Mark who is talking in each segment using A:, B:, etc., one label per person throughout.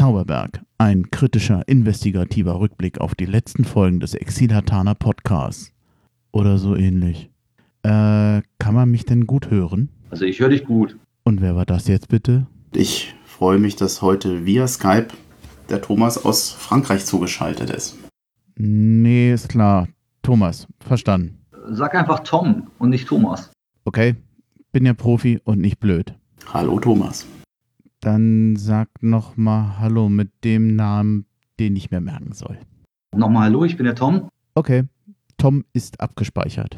A: Zauberberg, ein kritischer, investigativer Rückblick auf die letzten Folgen des Exilhatana Podcasts. Oder so ähnlich. Äh, kann man mich denn gut hören?
B: Also ich höre dich gut.
A: Und wer war das jetzt bitte?
C: Ich freue mich, dass heute via Skype der Thomas aus Frankreich zugeschaltet ist.
A: Nee, ist klar. Thomas, verstanden.
B: Sag einfach Tom und nicht Thomas.
A: Okay, bin ja Profi und nicht blöd.
C: Hallo Thomas.
A: Dann sag noch mal Hallo mit dem Namen, den ich mir merken soll.
B: Nochmal hallo, ich bin der Tom.
A: Okay, Tom ist abgespeichert.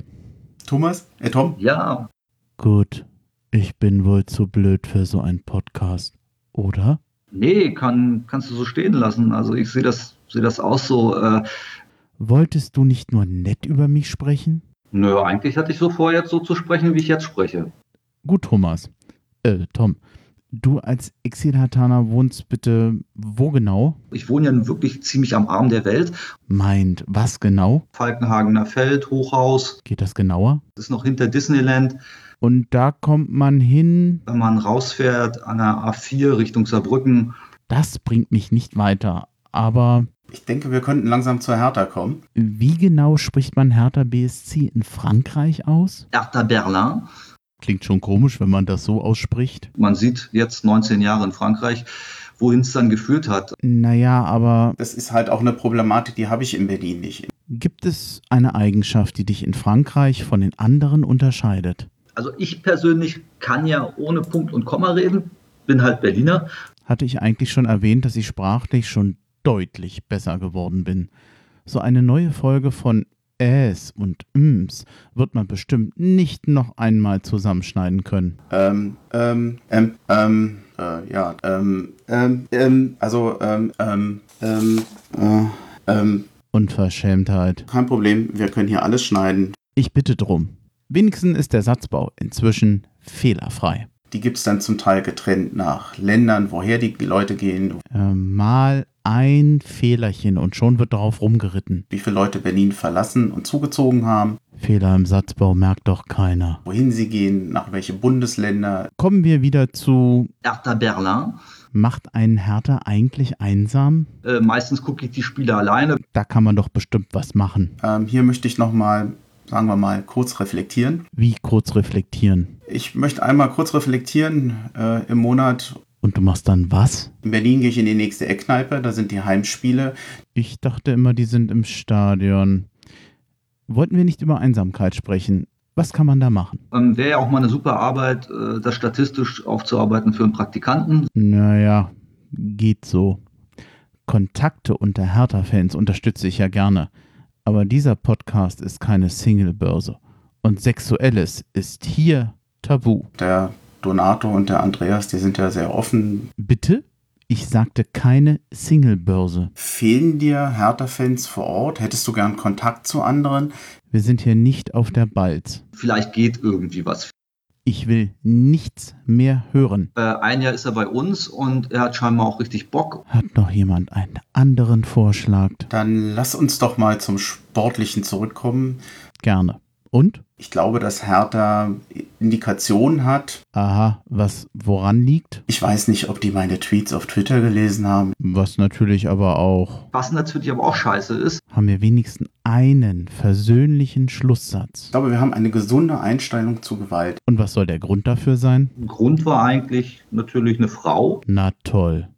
C: Thomas? Äh, Tom?
B: Ja,
A: Gut, ich bin wohl zu blöd für so einen Podcast, oder?
B: nee, kann, kannst du so stehen lassen. Also ich sehe das, sehe das auch so. Äh,
A: Wolltest du nicht nur nett über mich sprechen?
B: nö, eigentlich hatte ich so vor, jetzt so zu sprechen, wie ich jetzt spreche.
A: Gut, Thomas. Äh, Tom. Du als Exilhatana wohnst bitte wo genau?
B: Ich wohne ja nun wirklich ziemlich am Arm der Welt.
A: Meint, was genau?
B: Falkenhagener Feld, Hochhaus,
A: Geht das genauer?
B: das ist noch hinter Disneyland.
A: Und da kommt man hin.
B: Wenn man rausfährt an der A4 Richtung Saarbrücken,
A: Das bringt mich nicht weiter. Aber
C: Ich denke, wir könnten langsam zur Hertha kommen.
A: wie genau spricht man Hertha BSC in Frankreich aus?
B: Hertha Berlin,
A: Klingt schon komisch, wenn man das so ausspricht.
B: man sieht jetzt 19 Jahre in Frankreich, wohin es dann geführt hat.
A: Naja, aber
C: Das ist halt auch eine Problematik, die habe ich in Berlin nicht.
A: gibt es eine Eigenschaft, die dich in Frankreich von den anderen unterscheidet?
B: Also ich persönlich kann ja ohne Punkt und Komma reden, bin halt Berliner.
A: Hatte ich eigentlich schon erwähnt, dass ich sprachlich schon deutlich besser geworden bin. So eine neue Folge von Äs und Ms wird man bestimmt nicht noch einmal zusammenschneiden können.
C: Ähm, ähm, ähm, ähm, äh, ja, ähm, ähm, ähm, also, ähm, ähm, ähm, äh, ähm,
A: Unverschämtheit.
C: kein Problem, wir können hier alles schneiden.
A: Ich bitte drum. Wenigstens ist der Satzbau inzwischen fehlerfrei.
C: Die gibt es dann zum Teil getrennt nach Ländern, woher die Leute gehen,
A: Äh, mal ein Fehlerchen und schon wird darauf rumgeritten.
C: wie viele Leute Berlin verlassen und zugezogen haben,
A: Fehler im Satzbau merkt doch keiner.
C: wohin sie gehen, nach welche Bundesländer.
A: Kommen wir wieder zu
B: Hertha Berlin,
A: Macht einen Hertha eigentlich einsam?
B: äh, meistens gucke ich die Spiele alleine.
A: Da kann man doch bestimmt was machen.
C: Ähm, hier möchte ich nochmal, sagen wir mal, kurz reflektieren.
A: Wie kurz reflektieren.
C: Ich möchte einmal kurz reflektieren. Äh, Im Monat
A: Und du machst dann was?
C: in Berlin gehe ich in die nächste Eckkneipe, da sind die Heimspiele.
A: Ich dachte immer, die sind im Stadion. Wollten wir nicht über Einsamkeit sprechen? Was kann man da machen?
B: Ähm, Wäre ja auch mal eine super Arbeit, äh, das statistisch aufzuarbeiten für einen Praktikanten.
A: Naja, geht so. Kontakte unter Hertha-Fans unterstütze ich ja gerne. Aber dieser Podcast ist keine Singlebörse. Und Sexuelles ist hier tabu.
C: Der Donato und der Andreas, die sind ja sehr offen.
A: Bitte? Ich sagte keine Singlebörse.
C: Fehlen dir Hertha-Fans vor Ort? Hättest du gern Kontakt zu anderen?
A: Wir sind hier nicht auf der Balz.
B: Vielleicht geht irgendwie was.
A: Ich will nichts mehr hören.
B: Äh, ein Jahr ist er bei uns und er hat scheinbar auch richtig Bock.
A: Hat noch jemand einen anderen Vorschlag?
C: Dann lass uns doch mal zum Sportlichen zurückkommen.
A: Gerne. Und?
C: Ich glaube, dass Hertha Indikationen hat.
A: Aha, was woran liegt?
C: Ich weiß nicht, ob die meine Tweets auf Twitter gelesen haben.
A: Was natürlich aber auch.
B: Was natürlich aber auch scheiße ist,
A: Haben wir wenigstens einen versöhnlichen Schlusssatz.
C: Ich glaube, wir haben eine gesunde Einstellung zu Gewalt.
A: Und was soll der Grund dafür sein?
B: Grund war eigentlich natürlich eine Frau,
A: Na toll.